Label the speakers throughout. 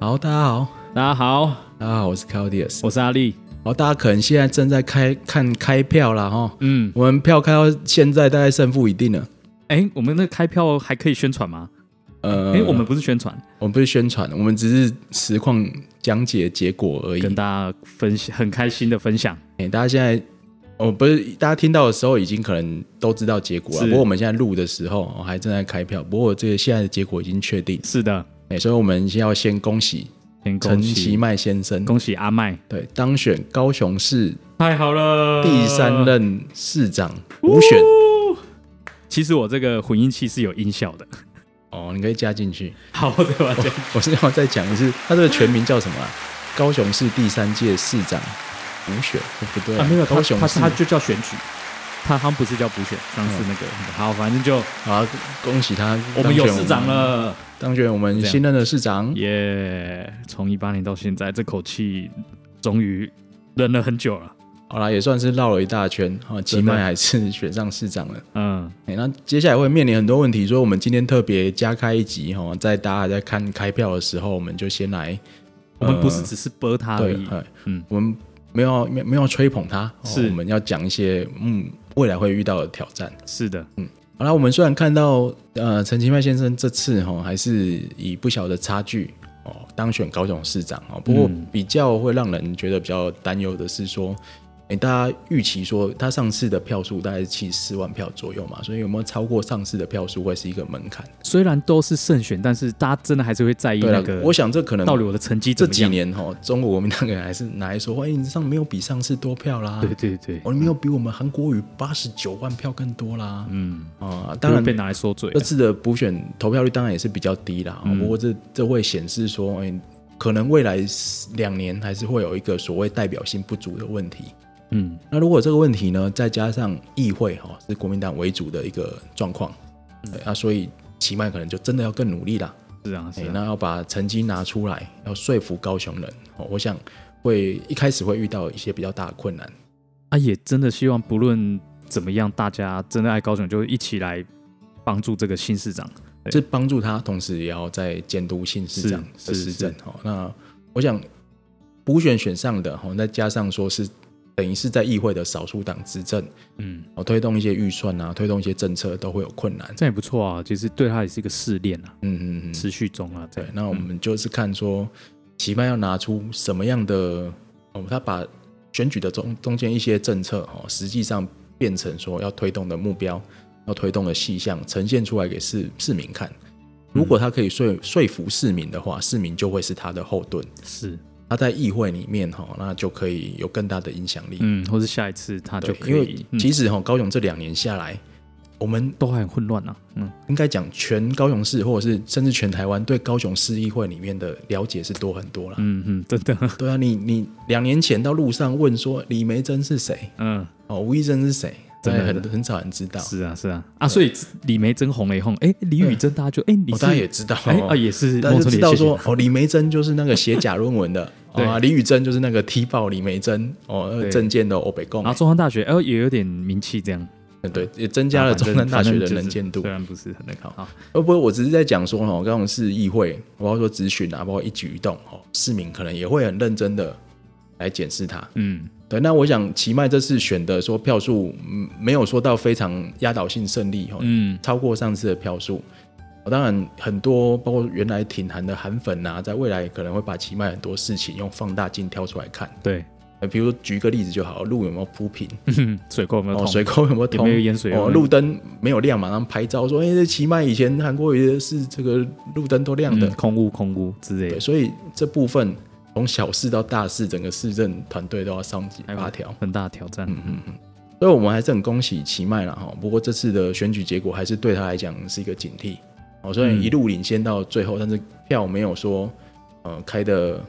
Speaker 1: 好，大家好，
Speaker 2: 大家好，
Speaker 1: 大家好，我是 Claudius。
Speaker 2: 我是阿力。
Speaker 1: 好，大家可能现在正在开看开票啦，哈，
Speaker 2: 嗯，
Speaker 1: 我们票开到现在，大概胜负已定了。
Speaker 2: 哎、我们那开票还可以宣传吗？
Speaker 1: 呃，
Speaker 2: 哎、我们不是宣传，
Speaker 1: 我们不是宣传，我们只是实况讲解结果而已。
Speaker 2: 跟大家分享，很开心的分享。
Speaker 1: 哎、大家现在，哦，不是，大家听到的时候已经可能都知道结果了。
Speaker 2: 是
Speaker 1: 不过我们现在录的时候、哦还正在开票，不过这个现在的结果已经确定。
Speaker 2: 是的，
Speaker 1: 哎、所以我们先要先恭喜
Speaker 2: 先
Speaker 1: 陈
Speaker 2: 恭
Speaker 1: 其
Speaker 2: 喜
Speaker 1: 迈先生，
Speaker 2: 恭喜阿麦，
Speaker 1: 对，当选高雄市
Speaker 2: 太好了
Speaker 1: 第三任市长补选。
Speaker 2: 其实我这个混音器是有音效的。
Speaker 1: 哦，你可以加进去。
Speaker 2: 好，对 吧？这样
Speaker 1: 我是要再讲一次，他这个全名叫什么、 啊？高雄市第三届市长补选，哦不对、
Speaker 2: 啊，没有，他
Speaker 1: 高雄
Speaker 2: 他
Speaker 1: 市
Speaker 2: 他就叫选举，他好像不是叫补选，上次那个、好，反正就
Speaker 1: 好，啊恭喜他，
Speaker 2: 我们有市长，了，
Speaker 1: 当选我们新任的市长。
Speaker 2: 耶！从一八年到现在，这口气终于忍了很久了。
Speaker 1: 好啦，也算是绕了一大圈哈，奇
Speaker 2: 真的
Speaker 1: 迈还是选上市长了。
Speaker 2: 嗯，
Speaker 1: 哎、那接下来会面临很多问题，所以我们今天特别加开一集哈，在大家还在看开票的时候，我们就先来，
Speaker 2: 我们不是只是播他而
Speaker 1: 呃对
Speaker 2: 已，，
Speaker 1: 哎
Speaker 2: 嗯，
Speaker 1: 我们没有没有没有吹捧他，哦
Speaker 2: 是
Speaker 1: 我们要讲一些嗯未来会遇到的挑战。
Speaker 2: 是的，
Speaker 1: 好了，我们虽然看到呃陈其迈先生这次哈、哦、还是以不小的差距哦当选高雄市长哦，不过
Speaker 2: 嗯
Speaker 1: 比较会让人觉得比较担忧的是说，诶大家预期说他上次的票数大概是七十四万票左右嘛，所以有没有超过上次的票数会是一个门槛？
Speaker 2: 虽然都是胜选，但是大家真的还是会在意
Speaker 1: 对
Speaker 2: 那
Speaker 1: 了，
Speaker 2: 个
Speaker 1: 我想这可能
Speaker 2: 到底我的成绩
Speaker 1: 这
Speaker 2: 怎么
Speaker 1: 几
Speaker 2: 样？
Speaker 1: 年哈、哦、中国国民党人还是拿来说，哎、你上没有比上次多票啦，
Speaker 2: 对对对，
Speaker 1: 哦，你没有比我们韩国瑜八十九万票更多啦，
Speaker 2: 嗯，
Speaker 1: 啊、
Speaker 2: 当
Speaker 1: 当
Speaker 2: 然
Speaker 1: 然
Speaker 2: 被拿来说嘴
Speaker 1: 这
Speaker 2: 了，
Speaker 1: 次的补选投票率当然也是比较低啦，
Speaker 2: 啊嗯
Speaker 1: 不过这这会显示说，哎、可能未来两年还是会有一个所谓代表性不足的问题。
Speaker 2: 嗯，
Speaker 1: 那如果这个问题呢，再加上议会哈、哦、是国民党为主的一个状况，
Speaker 2: 嗯
Speaker 1: 对那、所以奇迈可能就真的要更努力啦。
Speaker 2: 是啊是
Speaker 1: 哎，
Speaker 2: 啊，
Speaker 1: 那要把成绩拿出来，要说服高雄人哦，我想会一开始会遇到一些比较大的困难。
Speaker 2: 啊也真的希望不论怎么样，大家真的爱高雄就一起来帮助这个新市长，对
Speaker 1: 是帮助他，同时也要在监督新市长
Speaker 2: 是
Speaker 1: 的
Speaker 2: 是
Speaker 1: 施政。哦，那我想补选选上的，哦，再加上说是等于是在议会的少数党执政，
Speaker 2: 嗯，
Speaker 1: 哦，推动一些预算啊，推动一些政策都会有困难。
Speaker 2: 这样也不错啊，其实对他也是一个试炼啊，
Speaker 1: 嗯嗯嗯，
Speaker 2: 持续中啊，这
Speaker 1: 对
Speaker 2: 样。。
Speaker 1: 那我们就是看说，期盼要拿出什么样的，哦，他把选举的中中间一些政策，哦，实际上变成说要推动的目标，要推动的细项，呈现出来给市市民看。如果他可以说说服市民的话，市民就会是他的后盾，
Speaker 2: 是，
Speaker 1: 他在议会里面哈，那就可以有更大的影响力。
Speaker 2: 嗯，或是下一次他就
Speaker 1: 对，
Speaker 2: 可
Speaker 1: 因为
Speaker 2: 以，嗯
Speaker 1: 其实哈，哦高雄这两年下来，我们
Speaker 2: 都还很混乱啊，嗯，
Speaker 1: 应该讲全高雄市，或者是甚至全台湾对高雄市议会里面的了解是多很多啦。
Speaker 2: 嗯嗯，真的，
Speaker 1: 对啊，你你两年前到路上问说李梅珍是谁，
Speaker 2: 嗯，
Speaker 1: 哦，吴亦珍是谁，
Speaker 2: 真的
Speaker 1: 哎很很少人知道，
Speaker 2: 是啊是啊啊，所以李梅珍红了以后，哎，李宇珍大家就哎，你
Speaker 1: 哦，
Speaker 2: 是
Speaker 1: 大家也知道，
Speaker 2: 哎啊也是
Speaker 1: 大家
Speaker 2: 孟
Speaker 1: 就
Speaker 2: 春
Speaker 1: 知
Speaker 2: 莲
Speaker 1: 道
Speaker 2: 谢谢
Speaker 1: 说哦，李梅珍就是那个写假论文的，
Speaker 2: 对
Speaker 1: 啊，李宇珍就是那个踢爆李梅珍，哦，那个
Speaker 2: 对
Speaker 1: 证件的欧北贡
Speaker 2: 然，后中山大学哎也有点名气这样，
Speaker 1: 对，也增 加了
Speaker 2: 啊反
Speaker 1: 中
Speaker 2: 正
Speaker 1: 山大学
Speaker 2: 反
Speaker 1: 的
Speaker 2: 正就是啊
Speaker 1: 能见度
Speaker 2: 虽。然不是很那个好，
Speaker 1: 哦，不，我只是在讲说哦，高雄市议会，包括说咨询啊，包括一举一动哦，市民可能也会很认真的来检视它。
Speaker 2: 嗯，
Speaker 1: 对，那我想奇迈这次选的说票数，嗯，没有说到非常压倒性胜利哦，
Speaker 2: 嗯
Speaker 1: 超过上次的票数。哦当然，很多包括原来挺韩的韩粉啊，在未来可能会把奇迈很多事情用放大镜挑出来看。
Speaker 2: 对，
Speaker 1: 呃，比如举一个例子就好，路有没有铺平？
Speaker 2: 水沟有没有
Speaker 1: 哦，
Speaker 2: 通？
Speaker 1: 水沟有没有
Speaker 2: 有
Speaker 1: 通？
Speaker 2: 没有淹水？
Speaker 1: 哦，路灯没有亮嘛，然后拍照说，哎、这奇迈以前韩国瑜是这个路灯都亮的。
Speaker 2: 嗯空屋空屋之类
Speaker 1: 对，
Speaker 2: 的，
Speaker 1: 所以这部分从小事到大事，整个市政团队都要上紧
Speaker 2: 还有
Speaker 1: 发条。
Speaker 2: 很大的挑战，
Speaker 1: 嗯所以我们还是很恭喜奇迈了哈。不过这次的选举结果还是对他来讲是一个警惕哦，虽
Speaker 2: 嗯
Speaker 1: 然一路领先到最后，但是票没有说呃开的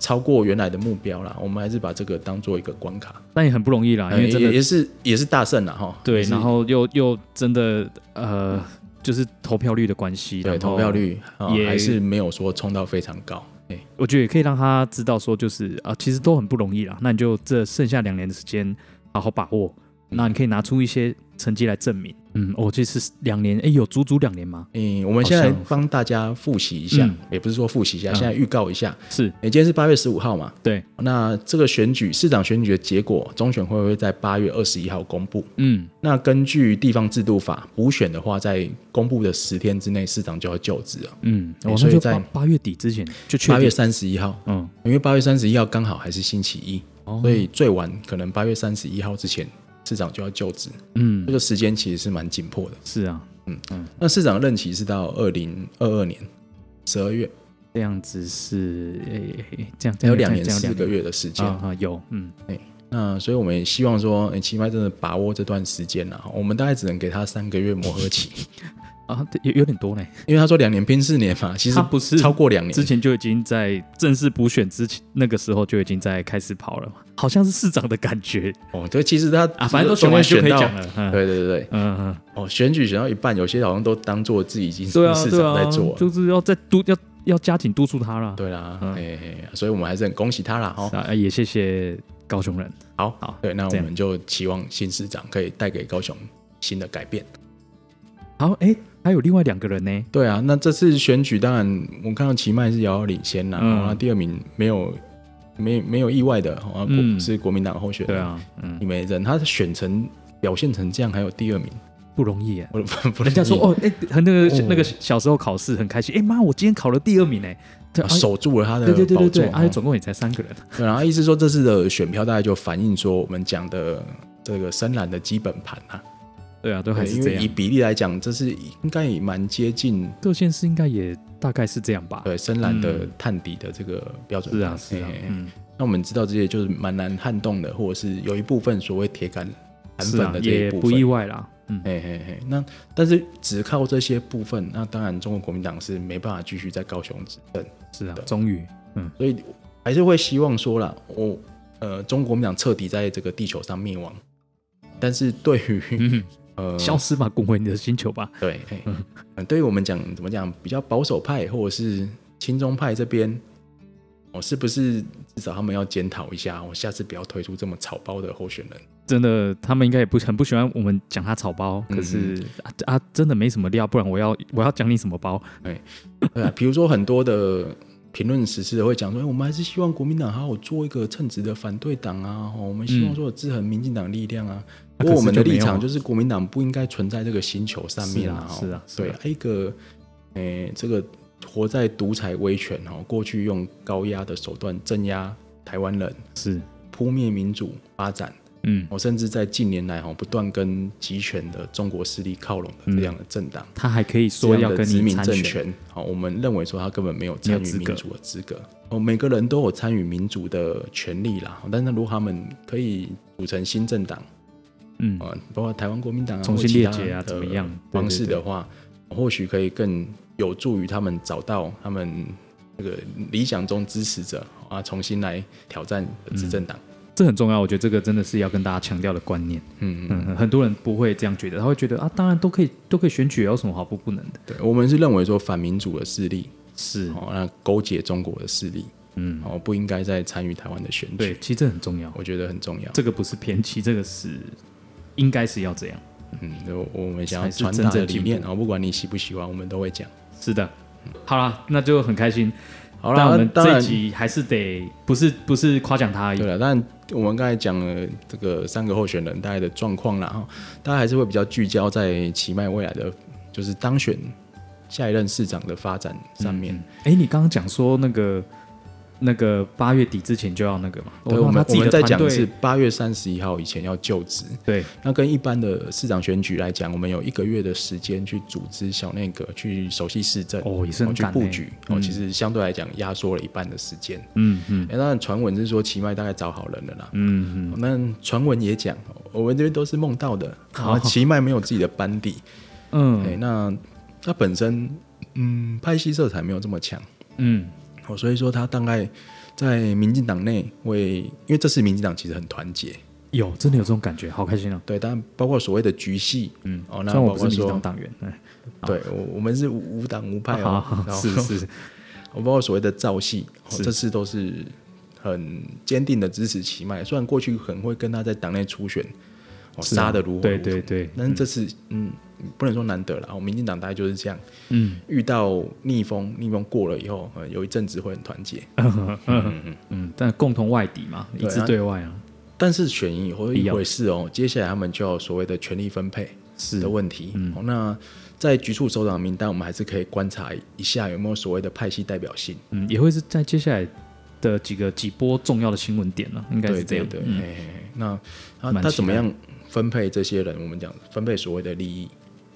Speaker 1: 超过原来的目标啦。我们还是把这个当做一个关卡，
Speaker 2: 但也很不容易啊啦，因为
Speaker 1: 呃
Speaker 2: 真
Speaker 1: 也
Speaker 2: 的
Speaker 1: 也是也是大胜了哈。
Speaker 2: 对，
Speaker 1: 也是
Speaker 2: 然后又又真的呃，就是投票率的关系，
Speaker 1: 对
Speaker 2: 然后
Speaker 1: 投票率、哦、
Speaker 2: 也
Speaker 1: 还是没有说冲到非常高。哎
Speaker 2: 我觉得也可以让他知道说，就是啊、其实都很不容易啦。那你就这剩下两年的时间，好好把握。那你可以拿出一些成绩来证明。嗯，我这次两年，哎、有足足两年吗？
Speaker 1: 嗯，我们
Speaker 2: 好
Speaker 1: 现在
Speaker 2: 像
Speaker 1: 帮大家复习一下，
Speaker 2: 嗯
Speaker 1: 也不是说复习一下，
Speaker 2: 嗯
Speaker 1: 现在预告一下，
Speaker 2: 是
Speaker 1: 诶今天是八月十五号嘛，
Speaker 2: 对，
Speaker 1: 那这个选举市长选举的结果，中选会会在八月二十一号公布。
Speaker 2: 嗯，
Speaker 1: 那根据地方制度法补选的话，在公布的十天之内，市长就要就职了。
Speaker 2: 嗯，
Speaker 1: 欸
Speaker 2: 我、那
Speaker 1: 所以
Speaker 2: 就
Speaker 1: 在
Speaker 2: 八八月底之前就确定
Speaker 1: 八月，三十一号，
Speaker 2: 嗯，
Speaker 1: 因为八月三十一号刚好还是星期一，
Speaker 2: 哦
Speaker 1: 所以最晚可能八月三十一号之前，市长就要就职。这
Speaker 2: 嗯，
Speaker 1: 个时间其实是蛮紧迫的。
Speaker 2: 是啊，
Speaker 1: 那市长的任期是到二零二二年十二月，
Speaker 2: 这样子是，诶、诶诶这样
Speaker 1: 还有两年
Speaker 2: 这样
Speaker 1: 四
Speaker 2: 两
Speaker 1: 个月的时间。
Speaker 2: 啊啊，有，嗯，
Speaker 1: 那所以我们也希望说，诶奇迈真的把握这段时间啦。我们大概只能给他三个月磨合期，
Speaker 2: 啊，对有有点 多呢，
Speaker 1: 因为他说两年拼四年嘛，其实
Speaker 2: 他不是
Speaker 1: 超过两年
Speaker 2: 之前就已经在正式补选之前那个时候就已经在开始跑了嘛，好像是市长的感觉
Speaker 1: 哦。对，其实他
Speaker 2: 啊，反正都
Speaker 1: 中
Speaker 2: 选
Speaker 1: 间
Speaker 2: 完就可以
Speaker 1: 到
Speaker 2: 讲。了，嗯
Speaker 1: 对对对对，
Speaker 2: 嗯嗯，
Speaker 1: 哦，选举选到一半，有些好像都当做自己已经是
Speaker 2: 对啊
Speaker 1: 市
Speaker 2: 对
Speaker 1: 长
Speaker 2: 啊
Speaker 1: 在做，了。
Speaker 2: 就是要再督要要加紧督促他啦。
Speaker 1: 对啦，
Speaker 2: 嗯
Speaker 1: 哎、嘿所以我们还是很恭喜他啦，哦
Speaker 2: 是。啊，也谢谢高雄人，
Speaker 1: 好，
Speaker 2: 好
Speaker 1: 对，那我
Speaker 2: 这样
Speaker 1: 们就期望新市长可以带给高雄新的改变。
Speaker 2: 好，哎，还有另外两个人呢，
Speaker 1: 对啊，那这次选举当然，我看到奇迈是遥遥领先啦，
Speaker 2: 嗯
Speaker 1: 然后第二名没有没没有意外的，好、像国、
Speaker 2: 嗯
Speaker 1: 是国民党候选人
Speaker 2: 对，啊，嗯
Speaker 1: 李，梅人他选成表现成这样，还有第二名，
Speaker 2: 不容易耶。
Speaker 1: 我不不
Speaker 2: 人家
Speaker 1: 能
Speaker 2: 说
Speaker 1: 理解
Speaker 2: 哦，哎，很那个
Speaker 1: 哦
Speaker 2: 那个小时候考试很开心，哎妈，我今天考了第二名哎，对啊
Speaker 1: 守住了他的
Speaker 2: 对对对
Speaker 1: 宝
Speaker 2: 对
Speaker 1: 座
Speaker 2: 对，
Speaker 1: 哦
Speaker 2: 而且总共也才三个人，
Speaker 1: 对然后意思说这次的选票大概就反映说我们讲的这个深蓝的基本盘啊，
Speaker 2: 对啊，都还
Speaker 1: 对，
Speaker 2: 是
Speaker 1: 因
Speaker 2: 这
Speaker 1: 为以
Speaker 2: 样，
Speaker 1: 比例来讲，这是应该也蛮接近
Speaker 2: 各县市应该也大概是这样吧。
Speaker 1: 对深蓝的
Speaker 2: 嗯
Speaker 1: 探底的这个标准
Speaker 2: 是
Speaker 1: 盘、
Speaker 2: 啊是啊
Speaker 1: 嘿嘿，嘿
Speaker 2: 嗯，
Speaker 1: 那我们知道这些就是蛮难撼动的，或者是有一部分所谓铁杆韩
Speaker 2: 是
Speaker 1: 粉
Speaker 2: 啊
Speaker 1: 的，这一
Speaker 2: 也
Speaker 1: 部
Speaker 2: 不意
Speaker 1: 分。
Speaker 2: 外啦。嗯，
Speaker 1: 嘿嘿嘿，那但是只靠这些部分，那当然中国国民党是没办法继续在高雄执政，
Speaker 2: 是啊
Speaker 1: 的，
Speaker 2: 终于，
Speaker 1: 所以还是会希望说啦，我呃中国国民党彻底在这个地球上灭亡。但是对于、
Speaker 2: 嗯，
Speaker 1: 呃
Speaker 2: 消失吧，滚回你的星球吧。
Speaker 1: 对，嘿呃对于我们讲怎么讲比较保守派或者是亲中派这边，哦，是不是至少他们要检讨一下，我下次不要推出这么草包的候选人。
Speaker 2: 真的，他们应该也不很不喜欢我们讲他草包，
Speaker 1: 嗯
Speaker 2: 可是啊啊，真的没什么料，不然我要我要讲你什么包？
Speaker 1: 对啊，比如说很多的评论时事的会讲说，哎、我们还是希望国民党好好做一个称职的反对党啊，哦，我们希望说有制衡民进党力量啊。
Speaker 2: 那
Speaker 1: 不
Speaker 2: 可是
Speaker 1: 过我们的立场
Speaker 2: 嗯就没有啊
Speaker 1: 就是国民党不应该存在这个星球上面
Speaker 2: 是啊是啊是啊
Speaker 1: 对啊，一个，诶、这个活在独裁威权哦，过去用高压的手段镇压台湾人，
Speaker 2: 啊是，
Speaker 1: 扑灭民主发展，
Speaker 2: 嗯，
Speaker 1: 哦，甚至在近年来哦，不断跟集权的中国势力靠拢的这样的政党。
Speaker 2: 他还可以
Speaker 1: 这
Speaker 2: 说
Speaker 1: 样
Speaker 2: 要
Speaker 1: 的
Speaker 2: 跟
Speaker 1: 殖
Speaker 2: 你
Speaker 1: 民
Speaker 2: 参
Speaker 1: 政
Speaker 2: 选，
Speaker 1: 权，好，我们认为说他根本没有参
Speaker 2: 没有
Speaker 1: 与
Speaker 2: 资
Speaker 1: 民
Speaker 2: 格
Speaker 1: 主的资格。哦，每个人都有参与民主的权利啦，但是如果他们可以组成新政党，
Speaker 2: 嗯，
Speaker 1: 呃，包括台湾国民党啊，
Speaker 2: 重
Speaker 1: 或
Speaker 2: 新
Speaker 1: 其
Speaker 2: 列
Speaker 1: 他
Speaker 2: 解啊
Speaker 1: 的
Speaker 2: 怎么样对
Speaker 1: 方
Speaker 2: 对
Speaker 1: 式
Speaker 2: 对
Speaker 1: 的话，或许可以更有助于他们找到他们这个理想中支持者啊，重新来挑战执政党。
Speaker 2: 这很重要，我觉得这个真的是要跟大家强调的观念。
Speaker 1: 嗯嗯，
Speaker 2: 嗯，很多人不会这样觉得，他会觉得啊，当然都可以，都可以选举，有什么好不不能的？
Speaker 1: 对，我们是认为说反民主的势力，
Speaker 2: 是，
Speaker 1: 哦，那勾结中国的势力，
Speaker 2: 嗯，
Speaker 1: 哦，不应该再参与台湾的选
Speaker 2: 对
Speaker 1: 举，，
Speaker 2: 其实这很重要，
Speaker 1: 我觉得很重要。
Speaker 2: 这个不是偏激，这个是应该是要这样。
Speaker 1: 嗯，我我们想要
Speaker 2: 才是
Speaker 1: 传
Speaker 2: 真
Speaker 1: 达
Speaker 2: 正
Speaker 1: 的
Speaker 2: 的
Speaker 1: 理
Speaker 2: 进
Speaker 1: 念，
Speaker 2: 步
Speaker 1: 然后不管你喜不喜欢，我们都会讲。
Speaker 2: 是的，好啦，那就很开心。
Speaker 1: 好啦，
Speaker 2: 但我
Speaker 1: 那
Speaker 2: 们
Speaker 1: 当
Speaker 2: 这一
Speaker 1: 然
Speaker 2: 集还是得不是不是夸奖他而已
Speaker 1: 对，了，但我们刚才讲了这个三个候选人大概的状况啦，哈，大家还是会比较聚焦在奇迈未来的就是当选下一任市长的发展上面。
Speaker 2: 哎、你刚刚讲说那个那个八月底之前就要那个嘛？
Speaker 1: 对，
Speaker 2: 哦
Speaker 1: 我
Speaker 2: 那
Speaker 1: 们
Speaker 2: 自
Speaker 1: 我
Speaker 2: 己
Speaker 1: 们
Speaker 2: 的
Speaker 1: 在
Speaker 2: 团
Speaker 1: 讲
Speaker 2: 队
Speaker 1: 是八月三十一号以前要就职，
Speaker 2: 对，
Speaker 1: 那跟一般的市长选举来讲，我们有一个月的时间去组织小内阁，去熟悉市政，
Speaker 2: 哦也是很
Speaker 1: 去
Speaker 2: 赶
Speaker 1: 布
Speaker 2: 欸
Speaker 1: 局。哦，其实相对来讲压缩了一半的时间。
Speaker 2: 嗯嗯
Speaker 1: 哎、当然传闻是说奇迈大概找好人了啦。哦
Speaker 2: 嗯嗯，
Speaker 1: 那传闻也讲，哦我们这边都是梦到的。
Speaker 2: 好
Speaker 1: 啊，奇迈没有自己的班底，哎、
Speaker 2: 哦嗯
Speaker 1: 那他本身嗯拍戏色彩没有这么强，
Speaker 2: 嗯，
Speaker 1: 哦，所以说他大概在民进党内会，因为这次民进党其实很团结，
Speaker 2: 有真的有这种感觉，好开心啊！
Speaker 1: 对，但包括所谓的局系，嗯，哦，那
Speaker 2: 虽然我
Speaker 1: 包
Speaker 2: 不
Speaker 1: 括
Speaker 2: 是民进党
Speaker 1: 说，
Speaker 2: 党员，哎，
Speaker 1: 对，我我们是无无党无派
Speaker 2: 好
Speaker 1: 哦，
Speaker 2: 好
Speaker 1: 然后
Speaker 2: 啊是是，
Speaker 1: 我包括所谓的造系，哦、这次都是很坚定的支持奇迈。虽然过去很会跟他在党内初选，哦，
Speaker 2: 是啊
Speaker 1: 杀的如火如荼。
Speaker 2: 对对对，
Speaker 1: 但是这次，嗯，不能说难得了。我民进党大概就是这样，
Speaker 2: 嗯
Speaker 1: 遇到逆风，逆风过了以后，呃，有一阵子会很团结。
Speaker 2: 嗯嗯
Speaker 1: 嗯嗯。
Speaker 2: 嗯，但共同外敌嘛，一
Speaker 1: 对
Speaker 2: 致
Speaker 1: 啊
Speaker 2: 对外啊，
Speaker 1: 但是选赢以后
Speaker 2: 必
Speaker 1: 一
Speaker 2: 要
Speaker 1: 回事哦，接下来他们就有所谓的权力分配
Speaker 2: 是
Speaker 1: 的问题。
Speaker 2: 嗯
Speaker 1: 哦，那在局处首长名单，我们还是可以观察一下有没有所谓的派系代表性。
Speaker 2: 嗯，也会是在接下来的几个几波重要的新闻点了，应该
Speaker 1: 对
Speaker 2: 是这
Speaker 1: 对
Speaker 2: 样。
Speaker 1: 对，
Speaker 2: 嗯
Speaker 1: 嘿嘿嘿那他
Speaker 2: 蛮
Speaker 1: 他
Speaker 2: 期
Speaker 1: 怎么
Speaker 2: 待
Speaker 1: 样分配这些人？我们讲分配所谓的利益，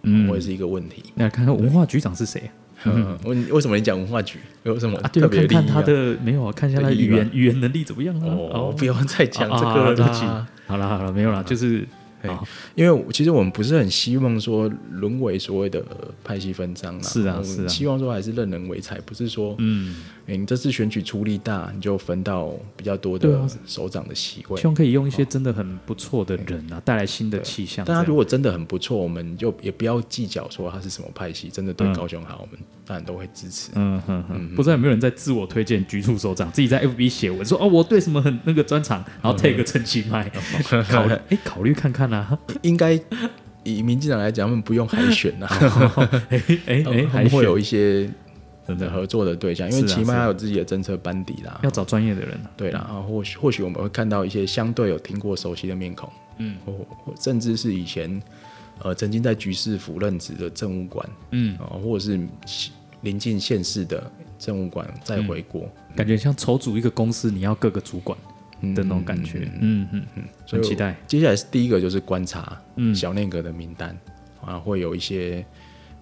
Speaker 2: 嗯
Speaker 1: 我也是一个问题。
Speaker 2: 那看看文化局长是谁啊？
Speaker 1: 嗯，为为什么你讲文化局有什么
Speaker 2: 啊，对
Speaker 1: 特
Speaker 2: 啊，
Speaker 1: 别
Speaker 2: 看
Speaker 1: 利
Speaker 2: 看
Speaker 1: 益
Speaker 2: 他
Speaker 1: 啊？
Speaker 2: 的没有啊，看一下他的
Speaker 1: 的意义
Speaker 2: 语言
Speaker 1: 吧
Speaker 2: 语言能力怎么样啊？
Speaker 1: 哦，不要再讲这
Speaker 2: 啊啊
Speaker 1: 个
Speaker 2: 啊
Speaker 1: 了，
Speaker 2: 对
Speaker 1: 对
Speaker 2: 不
Speaker 1: 不
Speaker 2: 起
Speaker 1: 起。。
Speaker 2: 好啦好啦，没有啦，就是
Speaker 1: 嘿
Speaker 2: 好
Speaker 1: 因为我
Speaker 2: 哦
Speaker 1: 其实我们不是很希望说沦为所谓的呃派系分赃啦，
Speaker 2: 是啊
Speaker 1: 我们
Speaker 2: 是啊
Speaker 1: 希望说还是任人唯才，不是说，嗯，
Speaker 2: 嗯，
Speaker 1: 你这次选举出力大，你就分到比较多
Speaker 2: 对啊
Speaker 1: 的首长的席位
Speaker 2: 希。望可以用一些真的很不错的人啊，带来新的气象这
Speaker 1: 但
Speaker 2: 样。
Speaker 1: 他如果真的很不错，我们就也不要计较说他是什么派系，真的对
Speaker 2: 嗯
Speaker 1: 高雄好，我们当然都会支持。
Speaker 2: 嗯哼哼，不知道有没有人在自我推荐局处首长，自己在 FB 写文说哦，我对什么很那个专长，然后 take 个陈其迈，考虑哎考虑看看啊，
Speaker 1: 应该以民进党来讲，他们不用海选呐、
Speaker 2: 哎 哎哎，
Speaker 1: 他
Speaker 2: 还
Speaker 1: 们会
Speaker 2: 选
Speaker 1: 有一些
Speaker 2: 真的
Speaker 1: 合作的对象，因
Speaker 2: 是
Speaker 1: 为
Speaker 2: 啊
Speaker 1: 起码
Speaker 2: 是啊
Speaker 1: 还有自己的政策班底啦。
Speaker 2: 要找专业的人啊。
Speaker 1: 对啦，啊，或许或许我们会看到一些相对有听过熟悉的面孔，
Speaker 2: 嗯，
Speaker 1: 或或甚至是以前呃曾经在局市府任职的政务官，
Speaker 2: 嗯，
Speaker 1: 哦、或者是临近县市的政务官再
Speaker 2: 嗯
Speaker 1: 回国，
Speaker 2: 感觉像筹组一个公司，你要各个主管
Speaker 1: 嗯
Speaker 2: 的那种感觉。嗯嗯嗯，
Speaker 1: 所
Speaker 2: 很
Speaker 1: 以
Speaker 2: 期待。
Speaker 1: 接下来是第一个就是观察
Speaker 2: 嗯
Speaker 1: 小内阁的名单，啊，会有一些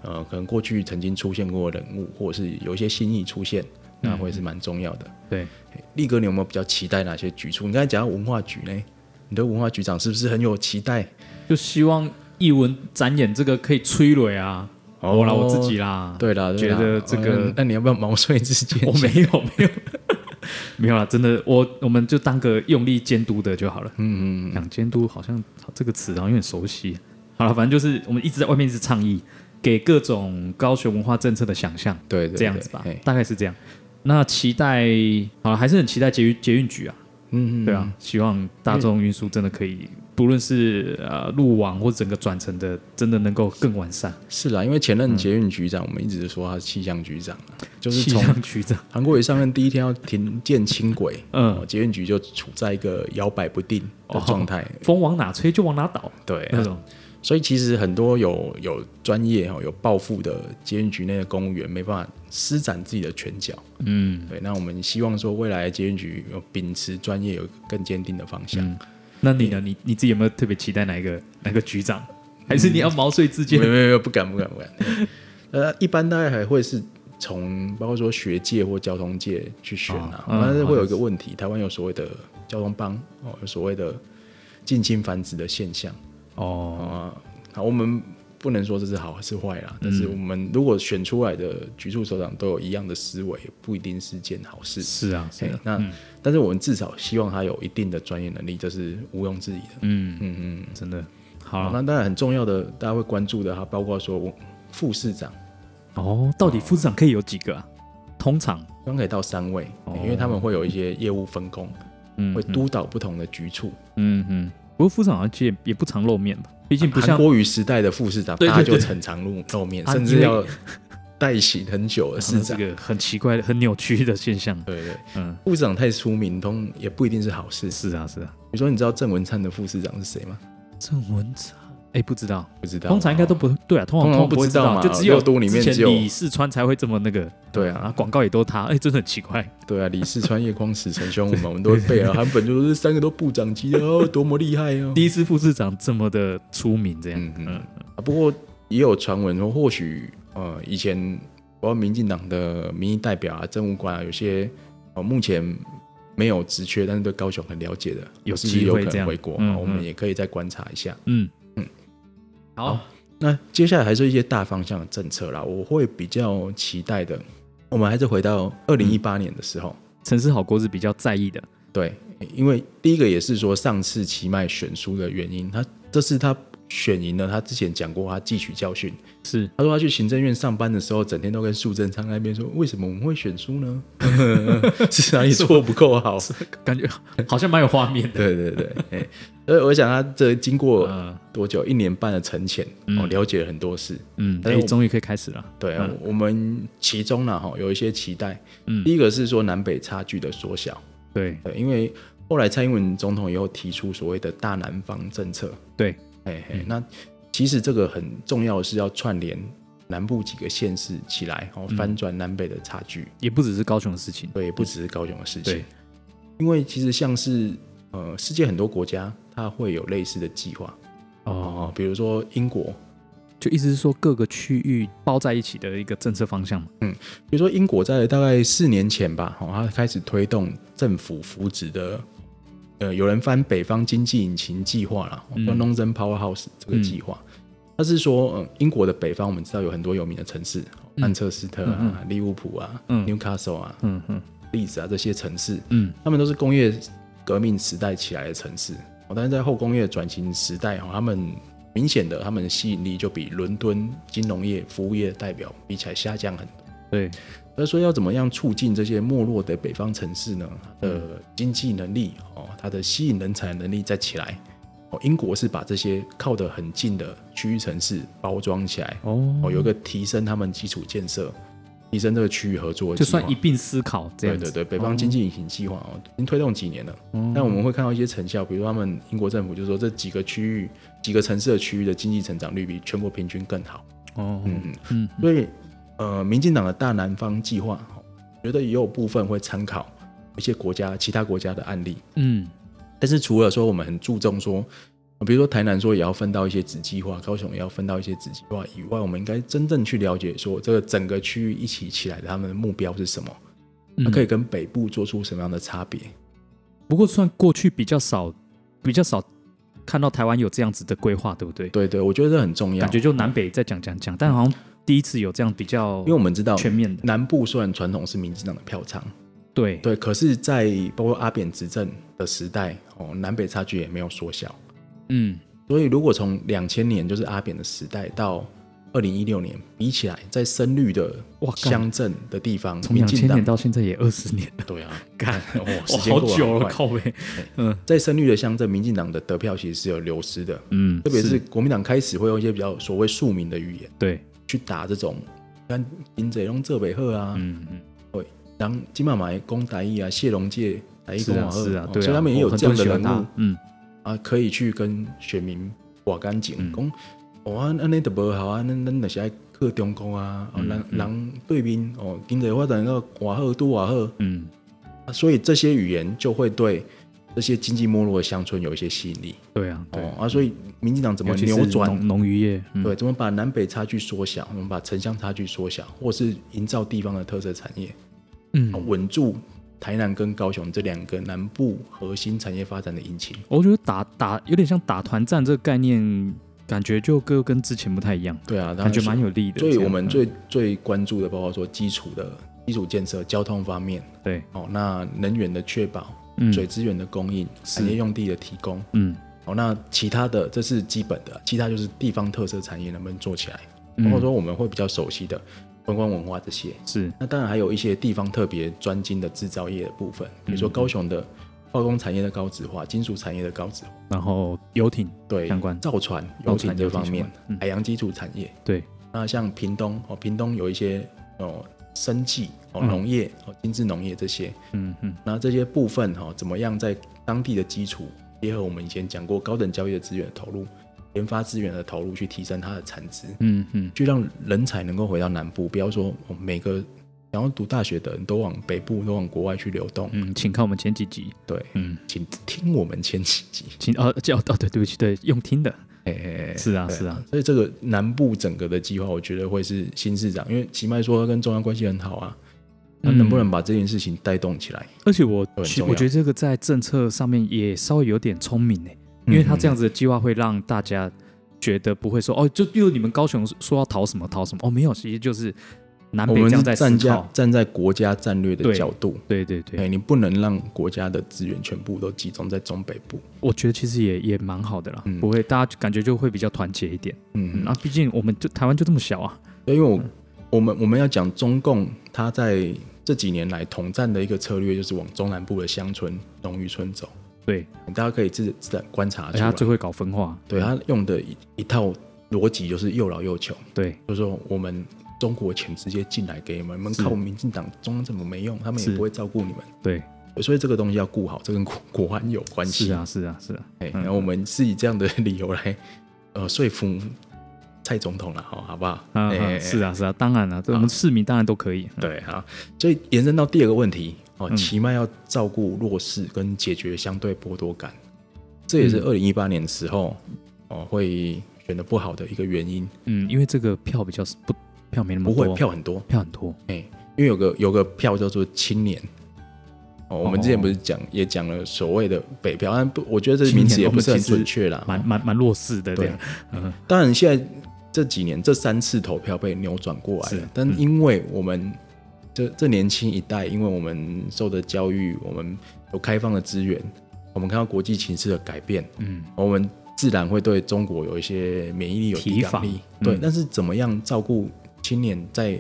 Speaker 1: 呃可能过去曾经出现过的人物，或者是有一些新意出现，
Speaker 2: 嗯
Speaker 1: 那会是蛮重要的。
Speaker 2: 对，
Speaker 1: 力哥，你有没有比较期待哪些局处？你刚才讲到文化局呢，你对文化局长是不是很有期待？
Speaker 2: 就希望艺文展演这个可以催泪啊。
Speaker 1: 哦
Speaker 2: 我啦，我自己啦。
Speaker 1: 对啦，对
Speaker 2: 觉
Speaker 1: 啦
Speaker 2: 得这
Speaker 1: 哦
Speaker 2: 个
Speaker 1: 那那你要不要毛遂自荐？
Speaker 2: 我没有没有没有啦，真的，我我们就当个用力监督的就好了。
Speaker 1: 嗯，嗯嗯，
Speaker 2: 讲监督好像这个词好像有点熟悉。好了，反正就是我们一直在外面一直倡议，给各种高学文化政策的想象。
Speaker 1: 对，对
Speaker 2: 这样子吧，
Speaker 1: 对嘿
Speaker 2: 大概是这样。那期待好了，还是很期待捷运捷运局啊，
Speaker 1: 嗯嗯，
Speaker 2: 对啊，希望大众运输真的可以，不论是呃路网或整个转乘的，真的能够更完善。
Speaker 1: 是啦，因为前
Speaker 2: 嗯
Speaker 1: 任捷运局长，我们一直说他是气象局长啊，就是
Speaker 2: 气
Speaker 1: 从
Speaker 2: 象局长，
Speaker 1: 韩国瑜上任第一天要停建轻轨，
Speaker 2: 嗯哦
Speaker 1: 哦，捷运局就处在一个摇摆不定的状 态，
Speaker 2: 风往哪吹就往哪倒
Speaker 1: 对啊、
Speaker 2: 那种，
Speaker 1: 所以其实很多有有专业哦、有抱负的捷运局内的公务员没办法施展自己的拳脚，
Speaker 2: 嗯。
Speaker 1: 对，那我们希望说未来捷运局有秉持专业有一个更坚定的方向。
Speaker 2: 嗯那你呢？你你自己有没有特别期待哪一个哪个局长？还是你要毛遂自
Speaker 1: 没
Speaker 2: 荐？
Speaker 1: 有没 有没有，不敢不敢不敢。呃，一般大概还会是从包括说学界或交通界去选啊，
Speaker 2: 哦嗯
Speaker 1: 但是会有一个问题，台湾有所谓的交通帮哦，有所谓的近亲繁殖的现象
Speaker 2: 哦，
Speaker 1: 啊。好，我们不能说这是好还是坏啦，但是
Speaker 2: 嗯
Speaker 1: 我们如果选出来的局处首长都有一样的思维，不一定是件好事。
Speaker 2: 是啊，是
Speaker 1: 嘿
Speaker 2: 啊，
Speaker 1: 那、但是我们至少希望他有一定的专业能力，这是毋庸置疑的。
Speaker 2: 嗯
Speaker 1: 嗯嗯。
Speaker 2: 真的好
Speaker 1: 好
Speaker 2: 了。
Speaker 1: 那当然很重要的，大家会关注的，还包括说我副市长，
Speaker 2: 哦，到底副市长可以有几个啊？通常，
Speaker 1: 刚可以到三位，
Speaker 2: 哦
Speaker 1: 因为他们会有一些业务分工，
Speaker 2: 嗯
Speaker 1: 会督导不同的局处。
Speaker 2: 嗯嗯，不过副市长好像也也不常露面吧，毕竟不
Speaker 1: 韩
Speaker 2: 像
Speaker 1: 国瑜时代的副市长，
Speaker 2: 对对
Speaker 1: 大家就
Speaker 2: 对
Speaker 1: 很常露露面，
Speaker 2: 啊
Speaker 1: 甚
Speaker 2: 因
Speaker 1: 至
Speaker 2: 为
Speaker 1: 要代行很久的
Speaker 2: 是
Speaker 1: 市
Speaker 2: 这
Speaker 1: 长。
Speaker 2: 个很奇怪的、很扭曲的现象。
Speaker 1: 对对，
Speaker 2: 嗯，
Speaker 1: 副市长太出名，通也不一定是好事。
Speaker 2: 是啊，是啊，
Speaker 1: 你说你知道郑文灿的副市长是谁吗？
Speaker 2: 郑文灿，哎，不知道，
Speaker 1: 不知道，
Speaker 2: 通常应该都不对啊，通常
Speaker 1: 通常
Speaker 2: 不会
Speaker 1: 不知道嘛
Speaker 2: 就只有
Speaker 1: 六都里面
Speaker 2: 之前
Speaker 1: 只有
Speaker 2: 李世川才会这么那个，
Speaker 1: 对啊
Speaker 2: 然后广告也都他，哎，真的很奇怪。
Speaker 1: 对啊，李世川、叶匡时、陈兄，我们我们都会背 啊。韩本就说这三个都部长级的哦，多么厉害哦。
Speaker 2: 第一次副市长这么的出名，这样，
Speaker 1: 嗯嗯
Speaker 2: 嗯，
Speaker 1: 啊不过也有传闻说，或许呃以前包括民进党的民意代表啊、政务官啊，有些呃目前没有职缺，但是对高雄很了解的，
Speaker 2: 有
Speaker 1: 是不是
Speaker 2: 机
Speaker 1: 有
Speaker 2: 会
Speaker 1: 可
Speaker 2: 这
Speaker 1: 能
Speaker 2: 样
Speaker 1: 回国、
Speaker 2: 嗯
Speaker 1: 啊我们
Speaker 2: 嗯
Speaker 1: 也可以再观察一下。
Speaker 2: 嗯
Speaker 1: 嗯
Speaker 2: 好，
Speaker 1: 那接下来还是一些大方向的政策啦，我会比较期待的。我们还是回到二零一八年的时候，
Speaker 2: 城市好国是比较在意的，
Speaker 1: 对，因为第一个也是说上次奇迈选书的原因，他这是他选赢了，他之前讲过他汲取教训，
Speaker 2: 是
Speaker 1: 他说他去行政院上班的时候，整天都跟苏贞昌那边说，为什么我们会选输呢？ 是哪里做不够好？
Speaker 2: 感觉 好像蛮有画面的。
Speaker 1: 对对对，哎，所以我想他这经过
Speaker 2: 嗯
Speaker 1: 多久？一年半的沉潜，哦，了解了很多事。
Speaker 2: 嗯，
Speaker 1: 但
Speaker 2: 哎
Speaker 1: 是，我
Speaker 2: 终于可以开始了。
Speaker 1: 对，我们其中呢，哈，有一些期待。
Speaker 2: 嗯
Speaker 1: 第一个是说南北差距的缩小，
Speaker 2: 对
Speaker 1: 对，因为后来蔡英文总统以后提出所谓的大南方政策，
Speaker 2: 对，嗯
Speaker 1: 哎嘿，那其实这个很重要的是要串联南部几个县市起来，
Speaker 2: 嗯
Speaker 1: 哦，翻转南北的差距，
Speaker 2: 也不只是高雄的事情。
Speaker 1: 对，不只是高雄的事情
Speaker 2: 对，，
Speaker 1: 因为其实像是呃，世界很多国家它会有类似的计划，
Speaker 2: 哦，
Speaker 1: 哦，比如说英国，
Speaker 2: 就意思是说各个区域包在一起的一个政策方向嘛。
Speaker 1: 比如说英国在大概四年前吧，哦，它开始推动政府扶植的，呃，有人翻北方经济引擎计划啦，哦
Speaker 2: 嗯
Speaker 1: 叫 Northern Powerhouse 这个计划，它是说，嗯，英国的北方我们知道有很多有名的城市，哦曼彻斯特啊、利物浦啊、
Speaker 2: 嗯
Speaker 1: Newcastle 啊、
Speaker 2: 嗯嗯
Speaker 1: 利兹啊这些城市，
Speaker 2: 嗯，
Speaker 1: 他们都是工业革命时代起来的城市，哦但是在后工业转型时代，哈，他们明显的他们的吸引力就比伦敦金融业、服务业的代表比起来下降很多。
Speaker 2: 对，
Speaker 1: 所以说要怎么样促进这些没落的北方城市呢？它的经济能力哦，它的吸引人才的能力再起来。哦，英国是把这些靠得很近的区域城市包装起来，
Speaker 2: 哦，
Speaker 1: 哦，有一个提升他们基础建设，提升这个区域合作的
Speaker 2: 就
Speaker 1: 计划。
Speaker 2: 算一并思考这
Speaker 1: 对
Speaker 2: 样
Speaker 1: 对
Speaker 2: 子。
Speaker 1: 对，北方经济引擎计划哦，已经推动几年了。但我们会看到一些成效，比如说他们英国政府就说这几个区域、几个城市的区域的经济成长率比全国平均更好。
Speaker 2: 哦，
Speaker 1: 嗯
Speaker 2: 嗯
Speaker 1: 嗯，所以呃，民进党的大南方计划，哦我觉得也有部分会参考一些国家、其他国家的案例。
Speaker 2: 嗯，
Speaker 1: 但是除了说我们很注重说，呃比如说台南说也要分到一些子计划，高雄也要分到一些子计划以外，我们应该真正去了解说这个整个区域一起起来的他们的目标是什么，它
Speaker 2: 嗯
Speaker 1: 可以跟北部做出什么样的差别。
Speaker 2: 不过算过去比较少，比较少看到台湾有这样子的规划，对不对？
Speaker 1: 对啊对，我觉得这很重要
Speaker 2: 感，觉就南北在讲讲讲，但好像第一次有这样比较
Speaker 1: 因为我们知道
Speaker 2: 全面的。
Speaker 1: 南部虽然传统是民进党的票仓，
Speaker 2: 对
Speaker 1: 对，可是，在包括阿扁执政的时代，哦，南北差距也没有缩小。
Speaker 2: 嗯，
Speaker 1: 所以，如果从两千年就是阿扁的时代到二零一六年比起来，在深绿的
Speaker 2: 哇干
Speaker 1: 乡镇的地方，
Speaker 2: 从
Speaker 1: 民
Speaker 2: 两
Speaker 1: 进
Speaker 2: 千
Speaker 1: 党
Speaker 2: 年到现在也二十年了，
Speaker 1: 对啊，
Speaker 2: 干，
Speaker 1: 哦，
Speaker 2: 哇
Speaker 1: 时间
Speaker 2: 好
Speaker 1: 过得
Speaker 2: 久
Speaker 1: 很
Speaker 2: 了，
Speaker 1: 快
Speaker 2: 靠背，
Speaker 1: 在深绿的乡镇，民进党的得票其实是有流失的，
Speaker 2: 嗯，
Speaker 1: 特别是国民党开始会用一些比较所谓庶民的语言
Speaker 2: 对，
Speaker 1: 去打这种，看金泽用浙北鹤啊，
Speaker 2: 嗯嗯，
Speaker 1: 然后金马马攻台义啊，谢龙介台义
Speaker 2: 是
Speaker 1: 攻马
Speaker 2: 啊
Speaker 1: 鹤，
Speaker 2: 是啊，
Speaker 1: 哦
Speaker 2: 对啊，
Speaker 1: 所以他们也有
Speaker 2: 我很
Speaker 1: 这样的
Speaker 2: 多喜
Speaker 1: 人
Speaker 2: 欢他
Speaker 1: 物，
Speaker 2: 嗯，
Speaker 1: 啊，可以去跟选民挂干净，
Speaker 2: 嗯
Speaker 1: 讲哦啊，安尼都无好啊，咱咱就是爱去中国啊，哦，
Speaker 2: 嗯
Speaker 1: 人
Speaker 2: 嗯
Speaker 1: 人对面哦，经济发展到偌好都偌好，
Speaker 2: 嗯，
Speaker 1: 啊所以这些语言就会对这些经济没落的乡村有一些吸引力
Speaker 2: 对啊，对，
Speaker 1: 哦啊，所以民进党怎么
Speaker 2: 尤其是
Speaker 1: 扭转
Speaker 2: 农农渔业？嗯
Speaker 1: 对，怎么把南北差距缩小，怎么把城乡差距缩小，或是营造地方的特色产业，
Speaker 2: 嗯
Speaker 1: 啊，稳住台南跟高雄这两个南部核心产业发展的引擎。
Speaker 2: 我觉得打打有点像打团战这个概念，感觉就跟跟之前不太一样，
Speaker 1: 对啊，
Speaker 2: 感觉蛮
Speaker 1: 有。
Speaker 2: 有力的。
Speaker 1: 所以
Speaker 2: 这样
Speaker 1: 我们
Speaker 2: 嗯
Speaker 1: 最最关注的，包括说基础的基础建设、交通方面，
Speaker 2: 嗯对，
Speaker 1: 哦，那能源的确保、
Speaker 2: 嗯
Speaker 1: 水资源的供应、产业用地的提供，
Speaker 2: 嗯
Speaker 1: 哦，那其他的这是基本的，其他就是地方特色产业能不能做起来，
Speaker 2: 嗯
Speaker 1: 包括说我们会比较熟悉的观光文化这些。
Speaker 2: 是
Speaker 1: 那当然还有一些地方特别专精的制造业的部分，比如
Speaker 2: 嗯
Speaker 1: 说高雄的化工产业的高值化、金属产业的高值化，
Speaker 2: 然后游艇
Speaker 1: 对，
Speaker 2: 相关
Speaker 1: 造船、游
Speaker 2: 造
Speaker 1: 艇
Speaker 2: 船
Speaker 1: 这
Speaker 2: 游艇
Speaker 1: 方面
Speaker 2: 相关嗯，
Speaker 1: 海洋基础产业，
Speaker 2: 对，
Speaker 1: 那像屏东哦，屏东有一些哦生计哦农业哦精致农业这些，
Speaker 2: 嗯嗯
Speaker 1: 那这些部分哈、哦，怎么样在当地的基础，结合我们以前讲过高等教育的资源的投入、研发资源的投入，去提升它的产值，
Speaker 2: 嗯嗯，
Speaker 1: 去让人才能够回到南部，不要说、哦、每个想要读大学的人都往北部、都往国外去流动。
Speaker 2: 嗯，请看我们前几集，
Speaker 1: 对，
Speaker 2: 嗯，
Speaker 1: 请听我们前几集。
Speaker 2: 请哦叫哦对，对不起，对，用听的，
Speaker 1: 哎哎哎
Speaker 2: 是啊
Speaker 1: 对
Speaker 2: 是啊，
Speaker 1: 所以这个南部整个的计划，我觉得会是新市长，因为奇迈说他跟中央关系很好啊，那
Speaker 2: 嗯
Speaker 1: 能不能把这件事情带动起来？
Speaker 2: 而且我
Speaker 1: 很
Speaker 2: 其
Speaker 1: 重要
Speaker 2: 我觉得这个在政策上面也稍微有点聪明呢，
Speaker 1: 嗯
Speaker 2: 因为他这样子的计划会让大家觉得不会说哦，就例如你们高雄说要逃什么逃什么，哦没有，其实就是南
Speaker 1: 我
Speaker 2: 北
Speaker 1: 们是
Speaker 2: 这样在思
Speaker 1: 站在
Speaker 2: 考。
Speaker 1: 站在国家战略的
Speaker 2: 对
Speaker 1: 角度，
Speaker 2: 对对对，
Speaker 1: 哎，你不能让国家的资源全部都集中在中北部。
Speaker 2: 我觉得其实也也蛮好的啦，
Speaker 1: 嗯
Speaker 2: 不会大家感觉就会比较团结一点。嗯，
Speaker 1: 嗯，
Speaker 2: 那、毕竟我们就台湾就这么小啊，
Speaker 1: 对因为我我们我们要讲中共它在这几年来统战的一个策略，就是往中南部的乡村、农渔村走。
Speaker 2: 对，
Speaker 1: 大家可以自自然观察
Speaker 2: 而
Speaker 1: 啊出
Speaker 2: 且
Speaker 1: 来
Speaker 2: 哎他，最会搞分化，
Speaker 1: 对他用的一一套逻辑就是又老又穷，
Speaker 2: 对，
Speaker 1: 就是说我们中国钱直接进来给你们，你们
Speaker 2: 是
Speaker 1: 靠民进党中央政府没用，他们
Speaker 2: 是
Speaker 1: 也不会照顾你们。
Speaker 2: 对，
Speaker 1: 对所以这个东西要顾好，这跟国国安有关系。
Speaker 2: 是啊，是啊，是啊，
Speaker 1: 哎，
Speaker 2: 嗯
Speaker 1: 然后我们是以这样的理由来呃说服蔡总统了，好好不好？
Speaker 2: 啊，
Speaker 1: 哎哎
Speaker 2: 啊
Speaker 1: 哎
Speaker 2: 是啊，是啊，当然了、这我们市民当然都可以，嗯，
Speaker 1: 对，好，所以延伸到第二个问题哦，
Speaker 2: 嗯
Speaker 1: 奇迈要照顾弱势跟解决相对剥夺感，这也是
Speaker 2: 嗯
Speaker 1: 二零一八年时候哦会选的不好的一个原因。
Speaker 2: 嗯，因为这个票比较不票没那么
Speaker 1: 不
Speaker 2: 多，
Speaker 1: 会票很多，
Speaker 2: 票很多，
Speaker 1: 因为有个有个票叫做青年。哦，我们之前不是讲、也讲了所谓的北漂，但不，我觉得这个名词也不是很准确啦。
Speaker 2: 蛮蛮蛮弱势的，
Speaker 1: 啊对
Speaker 2: 对，嗯，
Speaker 1: 当然，现在这几年这三次投票被扭转过来
Speaker 2: 是
Speaker 1: 了，但因为我们这这年轻一代，因为我们受的教育，我们有开放的资源，我们看到国际形势的改变，
Speaker 2: 嗯，
Speaker 1: 我们自然会对中国有一些免疫力、有抵抗
Speaker 2: 提
Speaker 1: 力
Speaker 2: 防。
Speaker 1: 对，
Speaker 2: 嗯
Speaker 1: 但是怎么样照顾青年在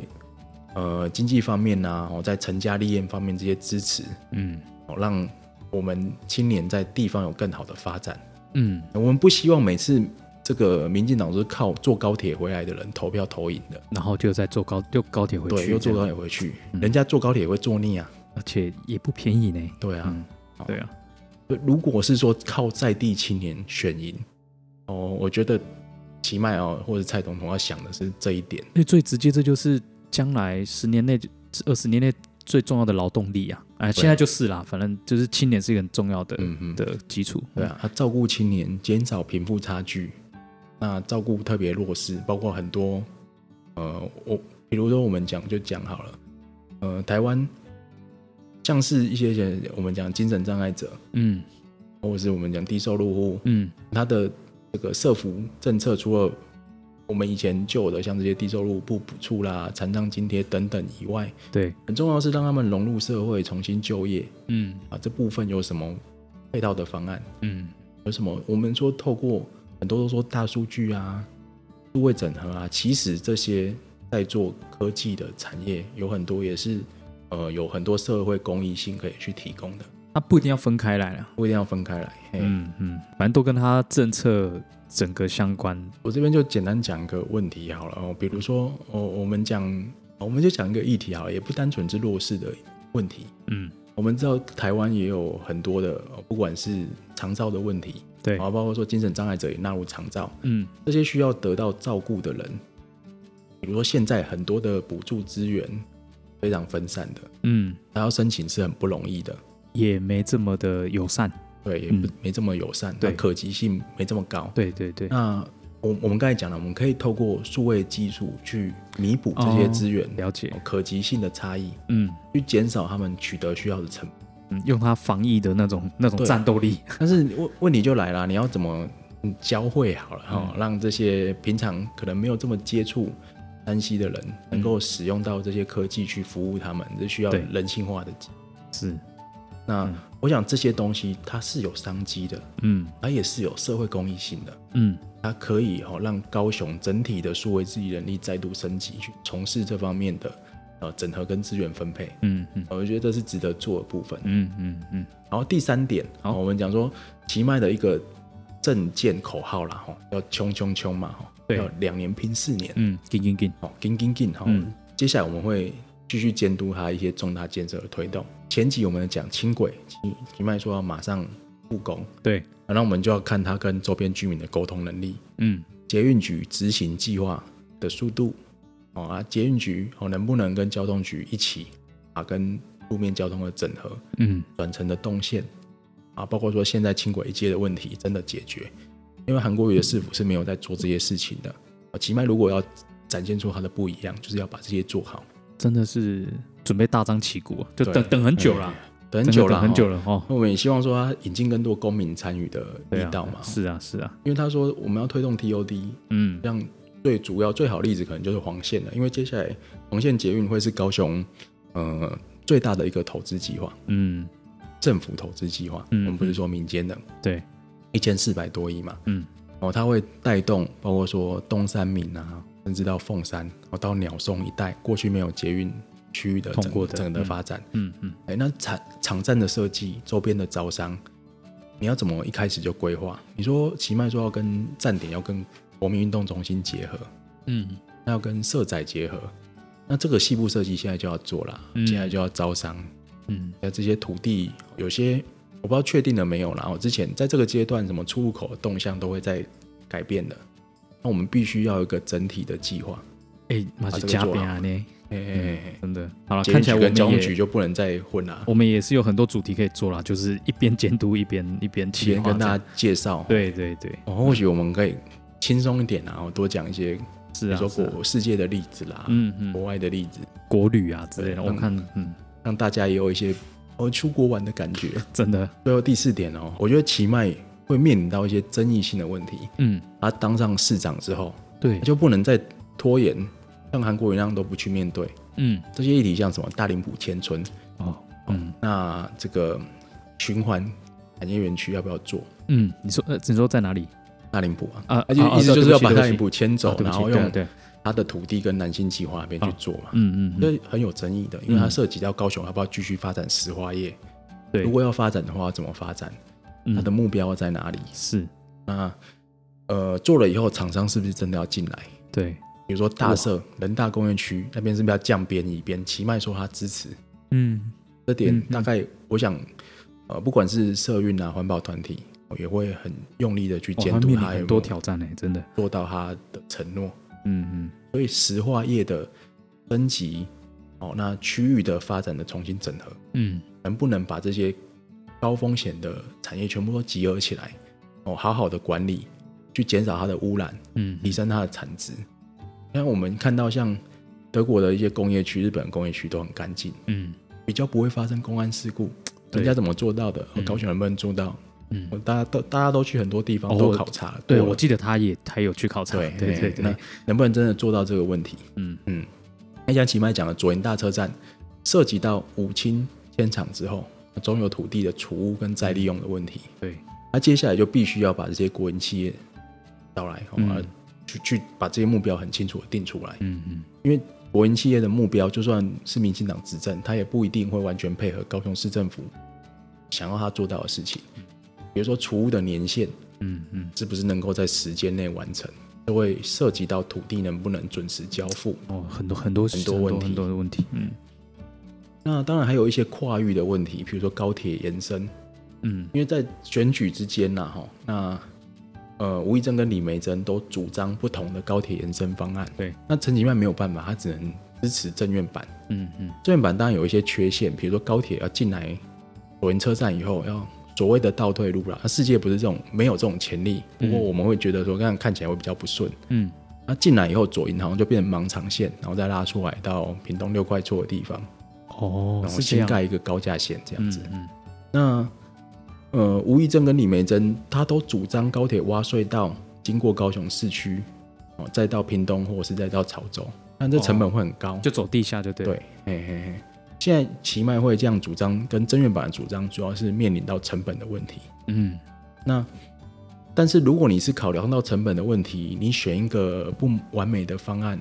Speaker 1: 呃经济方面啊，哦，在成家立业方面这些支持，
Speaker 2: 嗯，
Speaker 1: 哦，让我们青年在地方有更好的发展。
Speaker 2: 嗯，
Speaker 1: 我们不希望每次这个民进党都是靠坐高铁回来的人投票投赢的，
Speaker 2: 然后就再坐高又高铁回
Speaker 1: 对，
Speaker 2: 去，
Speaker 1: 又坐高
Speaker 2: 这样嗯
Speaker 1: 铁回去，人家坐高铁也会坐腻啊，
Speaker 2: 而且也不便宜呢，
Speaker 1: 对啊。
Speaker 2: 嗯
Speaker 1: 好
Speaker 2: 对啊，
Speaker 1: 所以如果是说靠在地青年选赢，哦，我觉得齐迈哦或者蔡总统要想的是这一点。
Speaker 2: 因为最直接这就是将来十年内、二十年内最重要的劳动力啊，哎，现在就是啦，反正就是青年是一个很重要的
Speaker 1: 嗯嗯，
Speaker 2: 的基础，
Speaker 1: 对啊，他照顾青年，减少贫富差距，那照顾特别弱势，包括很多呃，我比如说我们讲就讲好了，呃，台湾像是一些人我们讲精神障碍者，
Speaker 2: 嗯
Speaker 1: 或者是我们讲低收入户，
Speaker 2: 嗯
Speaker 1: 他的这个社福政策，除了我们以前旧的像这些低收入户补助啦、残障津贴等等以外，
Speaker 2: 对，
Speaker 1: 很重要的是让他们融入社会，重新就业
Speaker 2: 嗯
Speaker 1: 啊，这部分有什么配套的方案？
Speaker 2: 嗯
Speaker 1: 有什么？我们说透过很多都说大数据啊、数位整合啊，其实这些在做科技的产业有很多也是呃有很多社会公益性可以去提供的，
Speaker 2: 它不一定要分开来啊了，
Speaker 1: 不一定要分开来。嘿
Speaker 2: 嗯嗯，反正都跟它政策整个相关，
Speaker 1: 我这边就简单讲一个问题好了哦，比如说哦，我们讲我们就讲一个议题好了，也不单纯是弱势的问题。
Speaker 2: 嗯，
Speaker 1: 我们知道台湾也有很多的，哦不管是长照的问题，
Speaker 2: 对
Speaker 1: 然，后包括说精神障碍者也纳入长照，
Speaker 2: 嗯
Speaker 1: 这些需要得到照顾的人，比如说现在很多的补助资源非常分散的，
Speaker 2: 嗯，
Speaker 1: 他要申请是很不容易的，
Speaker 2: 也没这么的友善，
Speaker 1: 对，也不、
Speaker 2: 嗯
Speaker 1: 没这么友善，
Speaker 2: 对
Speaker 1: 那可及性没这么高。
Speaker 2: 对对对，
Speaker 1: 那我我们刚才讲了，我们可以透过数位技术去弥补这
Speaker 2: 哦
Speaker 1: 些资源、
Speaker 2: 了解，
Speaker 1: 可及性的差异，
Speaker 2: 嗯
Speaker 1: 去减少他们取得需要的成本。
Speaker 2: 嗯，啊用它防疫的那种那种
Speaker 1: 对
Speaker 2: 战斗力，
Speaker 1: 但是问问题就来了，你要怎么嗯教会好了哈、哦让这些平常可能没有这么接触山西的人，能够使用到这些科技去服务他们，这需要
Speaker 2: 对
Speaker 1: 人性化的。
Speaker 2: 是，
Speaker 1: 那、
Speaker 2: 嗯
Speaker 1: 我想这些东西它是有商机的，
Speaker 2: 嗯
Speaker 1: 它也是有社会公益性的，
Speaker 2: 嗯
Speaker 1: 它可以哈、哦、让高雄整体的数位自己人力再度升级，去从事这方面的呃整合跟资源分配。
Speaker 2: 嗯嗯
Speaker 1: 呃我觉得这是值得做的部分。
Speaker 2: 嗯嗯嗯，
Speaker 1: 然后第三点，
Speaker 2: 好
Speaker 1: 哦我们讲说奇迈的一个证件口号啦，吼，要冲冲冲嘛，吼，
Speaker 2: 对
Speaker 1: 要两年拼四年，
Speaker 2: 嗯，给给给，
Speaker 1: 哦，紧紧紧，吼
Speaker 2: 嗯，
Speaker 1: 接下来我们会继续监督它一些重大建设的推动。前集我们讲轻轨，奇奇迈说要马上复工，
Speaker 2: 对，
Speaker 1: 那我们就要看它跟周边居民的沟通能力，
Speaker 2: 嗯
Speaker 1: 捷运局执行计划的速度，哦啊，捷运局哦能不能跟交通局一起啊，跟路面交通的整合，
Speaker 2: 嗯
Speaker 1: 转乘的动线啊，包括说现在轻轨一街的问题真的解决，因为韩国瑜的市府是没有在做这些事情的。啊，奇迈如果要展现出它的不一样，就是要把这些做好。
Speaker 2: 真的是准备大张旗鼓啊，就
Speaker 1: 对
Speaker 2: 等等很久了，啊
Speaker 1: 等很久
Speaker 2: 真
Speaker 1: 了，
Speaker 2: 的等哎很久
Speaker 1: 了。
Speaker 2: 了哦。
Speaker 1: 那我们也希望说他引进更多公民参与的
Speaker 2: 对
Speaker 1: 力
Speaker 2: 啊
Speaker 1: 道嘛，
Speaker 2: 是啊，是啊，
Speaker 1: 因为他说我们要推动 TOD，
Speaker 2: 嗯
Speaker 1: 让最主要最好例子可能就是黄线了，因为接下来黄线捷运会是高雄呃最大的一个投资计划，
Speaker 2: 嗯，
Speaker 1: 政府投资计划，
Speaker 2: 嗯
Speaker 1: 我们不是说民间的，
Speaker 2: 对，
Speaker 1: 一千四百多亿嘛，
Speaker 2: 嗯，
Speaker 1: 哦，它会带动包括说东山民啊，甚至到凤山，哦，到鸟松一带，过去没有捷运区域的
Speaker 2: 碰
Speaker 1: 整
Speaker 2: 过
Speaker 1: 个
Speaker 2: 的
Speaker 1: 整个
Speaker 2: 嗯
Speaker 1: 发展，
Speaker 2: 嗯嗯
Speaker 1: 哎、那场场站的设计，周边的招商，你要怎么一开始就规划？你说奇迈说要跟站点要跟国民运动中心结合，
Speaker 2: 嗯，
Speaker 1: 那要跟社宅结合，那这个细部设计现在就要做啦，
Speaker 2: 嗯
Speaker 1: 现在就要招商。
Speaker 2: 嗯
Speaker 1: 那这些土地有些我不知道确定了没有啦，哦我之前在这个阶段，什么出入口的动向都会在改变的。那我们必须要有一个整体的计划。
Speaker 2: 哎，那是加倍啊呢，
Speaker 1: 哎、
Speaker 2: 真的。好了，
Speaker 1: 捷
Speaker 2: 看
Speaker 1: 运局
Speaker 2: 起来我
Speaker 1: 跟交通
Speaker 2: 们也
Speaker 1: 局就不能再混啊啦。
Speaker 2: 我们也是有很多主题可以做啦，就是一边监督一边一边
Speaker 1: 提
Speaker 2: 企
Speaker 1: 前
Speaker 2: 划
Speaker 1: 跟
Speaker 2: 这
Speaker 1: 大
Speaker 2: 样。
Speaker 1: 家介绍，
Speaker 2: 对对对，
Speaker 1: 哦，或许我们可以轻松一点啊，我多讲一些，
Speaker 2: 是
Speaker 1: 比
Speaker 2: 啊，
Speaker 1: 如说
Speaker 2: 是啊
Speaker 1: 国世界的例子啦，
Speaker 2: 嗯嗯，
Speaker 1: 国外的例子，
Speaker 2: 国旅啊之类的，
Speaker 1: 对
Speaker 2: 我
Speaker 1: 让
Speaker 2: 看嗯，
Speaker 1: 让大家也有一些哦出国玩的感觉。
Speaker 2: 真的，
Speaker 1: 最后第四点哦，我觉得奇迈会面临到一些争议性的问题。
Speaker 2: 嗯，
Speaker 1: 他当上市长之后，
Speaker 2: 对，
Speaker 1: 就不能再拖延，像韩国一样都不去面对
Speaker 2: 嗯
Speaker 1: 这些议题，像什么大林埔千村，
Speaker 2: 哦，嗯
Speaker 1: 那这个循环产业园区要不要做？
Speaker 2: 嗯，你说呃，你说在哪里？
Speaker 1: 大林埔啊，
Speaker 2: 啊
Speaker 1: 他就
Speaker 2: 啊啊
Speaker 1: 意思就是
Speaker 2: 对
Speaker 1: 要
Speaker 2: 不起
Speaker 1: 把
Speaker 2: 对不
Speaker 1: 大
Speaker 2: 起
Speaker 1: 林埔迁
Speaker 2: 啊
Speaker 1: 走，
Speaker 2: 对不
Speaker 1: 然
Speaker 2: 起
Speaker 1: 后
Speaker 2: 对啊
Speaker 1: 用
Speaker 2: 对，
Speaker 1: 他的土地跟南新计划那边去做嘛，
Speaker 2: 嗯嗯嗯，
Speaker 1: 这很有争议的，因为它涉及到高雄要不要继续发展石化业，
Speaker 2: 对，
Speaker 1: 如果要发展的话，要怎么发展？它的
Speaker 2: 嗯
Speaker 1: 目标在哪里？
Speaker 2: 是
Speaker 1: 那呃，做了以后，厂商是不是真的要进来？
Speaker 2: 对，
Speaker 1: 比如说大社、人大工业区那边是不是要降边一边？奇迈说他支持
Speaker 2: 嗯
Speaker 1: 这点
Speaker 2: 嗯，嗯
Speaker 1: 大概我想，呃，不管是社运啊、环保团体，我也会很用力的去
Speaker 2: 哇，
Speaker 1: 监
Speaker 2: 哦他
Speaker 1: 督
Speaker 2: 面临
Speaker 1: 他有
Speaker 2: 很
Speaker 1: 没
Speaker 2: 多
Speaker 1: 有
Speaker 2: 挑战呢，真的，
Speaker 1: 做到他的承诺。
Speaker 2: 嗯
Speaker 1: 所以石化业的升级，哦，那区域的发展的重新整合，
Speaker 2: 嗯嗯，
Speaker 1: 能不能把这些高风险的产业全部都集合起来，哦，好好的管理，去减少它的污染，
Speaker 2: 嗯，
Speaker 1: 提升它的产值。像我们看到，像德国的一些工业区、日本的工业区都很干净，
Speaker 2: 嗯
Speaker 1: 比较不会发生公安事故。
Speaker 2: 对
Speaker 1: 人家怎么做到的？哦高雄能不能做到？
Speaker 2: 嗯
Speaker 1: 我大家都大家都去很多地
Speaker 2: 哦
Speaker 1: 方都
Speaker 2: 我
Speaker 1: 考察过了，
Speaker 2: 对，我记得他也他有去考察，
Speaker 1: 对
Speaker 2: 对对
Speaker 1: 那
Speaker 2: 对，
Speaker 1: 能不能真的做到这个问题？
Speaker 2: 嗯
Speaker 1: 嗯，那像奇迈讲的左营大车站，涉及到五清迁厂之后，中有土地的储物跟再利用的问题，
Speaker 2: 对，
Speaker 1: 那、接下来就必须要把这些国营企业招来，哦
Speaker 2: 嗯
Speaker 1: 啊去去把这些目标很清楚的定出来。
Speaker 2: 嗯嗯，
Speaker 1: 因为国营企业的目标，就算是民进党执政，他也不一定会完全配合高雄市政府想要他做到的事情。比如说储物的年限
Speaker 2: 嗯嗯，
Speaker 1: 是不是能够在时间内完成，就会涉及到土地能不能准时交付。
Speaker 2: 哦，很多很多
Speaker 1: 很多问题
Speaker 2: 很多的问题，嗯
Speaker 1: 那当然还有一些跨域的问题，比如说高铁延伸，
Speaker 2: 嗯
Speaker 1: 因为在选举之间呐，哈，那呃，吴益珍跟李梅珍都主张不同的高铁延伸方案。
Speaker 2: 对，
Speaker 1: 那陈其迈没有办法，他只能支持政院版。
Speaker 2: 嗯嗯，
Speaker 1: 政院版当然有一些缺陷，比如说高铁要进来左营车站以后，要所谓的倒退路啦。那世界不是这种没有这种潜力，不过我们会觉得说，这样看起来会比较不顺。
Speaker 2: 嗯
Speaker 1: 那进来以后，左营好像就变成盲肠线，然后再拉出来到屏东六块厝的地方，
Speaker 2: 哦，
Speaker 1: 然后
Speaker 2: 是这
Speaker 1: 新
Speaker 2: 样，
Speaker 1: 盖一个高架线这样子。
Speaker 2: 嗯
Speaker 1: 那呃，吴益珍跟李梅珍，他都主张高铁挖隧道，经过高雄市区，哦，再到屏东或者是再到潮州，但这成本会很高。
Speaker 2: 嗯，就走地下就对了，
Speaker 1: 对，嘿嘿嘿。现在奇迈会这样主张，跟真源版的主张主要是面临到成本的问题。
Speaker 2: 嗯
Speaker 1: 那但是如果你是考量到成本的问题，你选一个不完美的方案，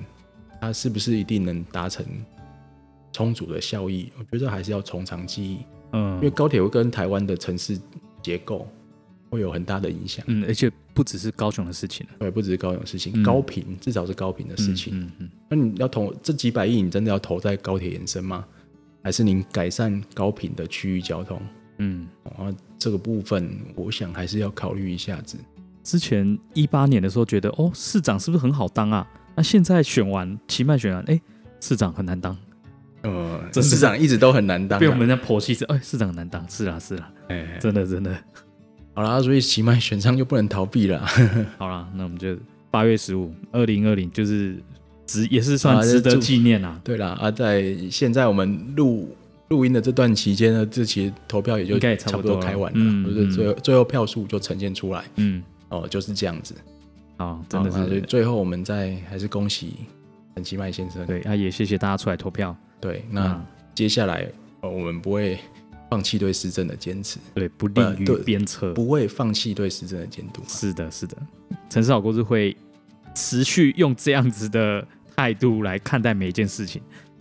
Speaker 1: 它是不是一定能达成充足的效益？我觉得还是要从长计议。因为
Speaker 2: 嗯
Speaker 1: 高铁会跟台湾的城市结构会有很大的影响。
Speaker 2: 嗯，而且不只是高雄的事情了，
Speaker 1: 对，不只是高雄的事情，
Speaker 2: 嗯
Speaker 1: 高频至少是高频的事情。
Speaker 2: 嗯嗯
Speaker 1: 那你要投这几百亿，你真的要投在高铁延伸吗？还是您改善高频的区域交通？
Speaker 2: 嗯。
Speaker 1: 然后这个部分，我想还是要考虑一下子。
Speaker 2: 之前一八年的时候觉得，哦，市长是不是很好当啊？那现在选完奇迈选完，哎、市长很难当，
Speaker 1: 呃，
Speaker 2: 真是
Speaker 1: 市长一直都很难当啊、
Speaker 2: 被我们在剖析是，哎、市长很难当，是啦是啦，
Speaker 1: 哎、哎
Speaker 2: 真的真的。
Speaker 1: 好啦，所以奇迈选上就不能逃避了。
Speaker 2: 好啦，那我们就八月十五，二零二零，就是值也是算
Speaker 1: 啊
Speaker 2: 值得
Speaker 1: 祝
Speaker 2: 纪念啦、
Speaker 1: 对啦，啊，在现在我们录录音的这段期间呢，这其实投票也就
Speaker 2: 应该也差
Speaker 1: 差
Speaker 2: 不
Speaker 1: 不
Speaker 2: 多
Speaker 1: 多
Speaker 2: 了
Speaker 1: 开完了，
Speaker 2: 嗯
Speaker 1: 就是最后最后票数就呈现出来。
Speaker 2: 嗯，
Speaker 1: 哦，就是这样子。
Speaker 2: 好，真的
Speaker 1: 好那所以
Speaker 2: 是
Speaker 1: 最后我们再还是恭喜陈其迈先生。
Speaker 2: 对啊，也谢谢大家出来投票。
Speaker 1: 对，那
Speaker 2: 嗯
Speaker 1: 接下来呃，我们不会放弃对施政的坚持，
Speaker 2: 对，不利
Speaker 1: 呃
Speaker 2: 于
Speaker 1: 对
Speaker 2: 鞭策。
Speaker 1: 不会放弃对施政的监督。
Speaker 2: 是的，是的，城市好故事会持续用这样子的态度来看待每一件事情。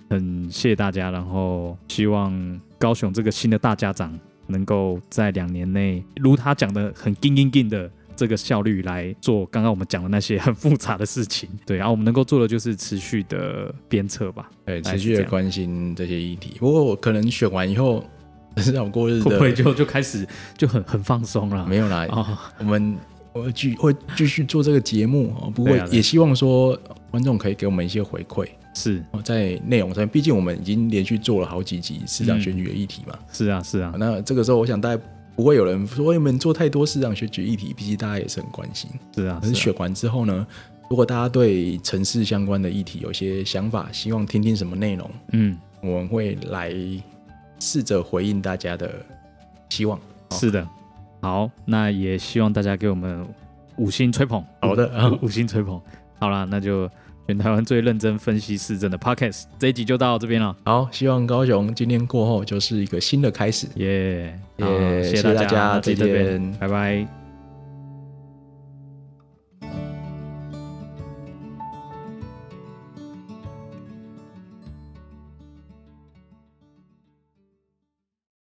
Speaker 2: 很谢谢大家，然后希望高雄这个新的大家长能够在两年内，如他讲的很硬硬硬的这个效率来做刚刚我们讲的那些很复杂的 事情。对，啊然后我们能够做的就是持续的鞭策吧，
Speaker 1: 对，
Speaker 2: 大
Speaker 1: 哎持
Speaker 2: 概是
Speaker 1: 续
Speaker 2: 这
Speaker 1: 的
Speaker 2: 样
Speaker 1: 关心这些议题。不过我可能选完以后， 但是让我过日
Speaker 2: 会
Speaker 1: 子
Speaker 2: 不会就就开始就很很放松了？
Speaker 1: 没有啦，
Speaker 2: 哦，
Speaker 1: 我们我继会继续做这个节目哦。不过
Speaker 2: 对啊对啊
Speaker 1: 也希望说观众可以给我们一些回馈
Speaker 2: 是
Speaker 1: 哦，在内容上面，毕竟我们已经连续做了好几集市长选举的议题嘛。
Speaker 2: 是啊是啊，
Speaker 1: 那这个时候，我想大家不会有人说哎你们做太多市长选举议题，毕竟大家也是很关心。
Speaker 2: 是啊
Speaker 1: 可
Speaker 2: 是
Speaker 1: 是
Speaker 2: 啊
Speaker 1: 选完之后呢，如果大家对城市相关的议题有一些想法，希望听听什么内容，
Speaker 2: 嗯，
Speaker 1: 我们会来试着回应大家的希望。
Speaker 2: 是的，好，那也希望大家给我们五星吹捧，
Speaker 1: 好的啊
Speaker 2: 五五星吹捧。好啦，那就全台湾最认真分析市政的 podcast 这一集就到这边了，
Speaker 1: 好，希望高雄今天过后就是一个新的开始。
Speaker 2: 耶、好
Speaker 1: 耶
Speaker 2: 谢
Speaker 1: 谢谢
Speaker 2: 大
Speaker 1: 大家
Speaker 2: 那这集
Speaker 1: 再
Speaker 2: 这边
Speaker 1: 见
Speaker 2: 拜拜。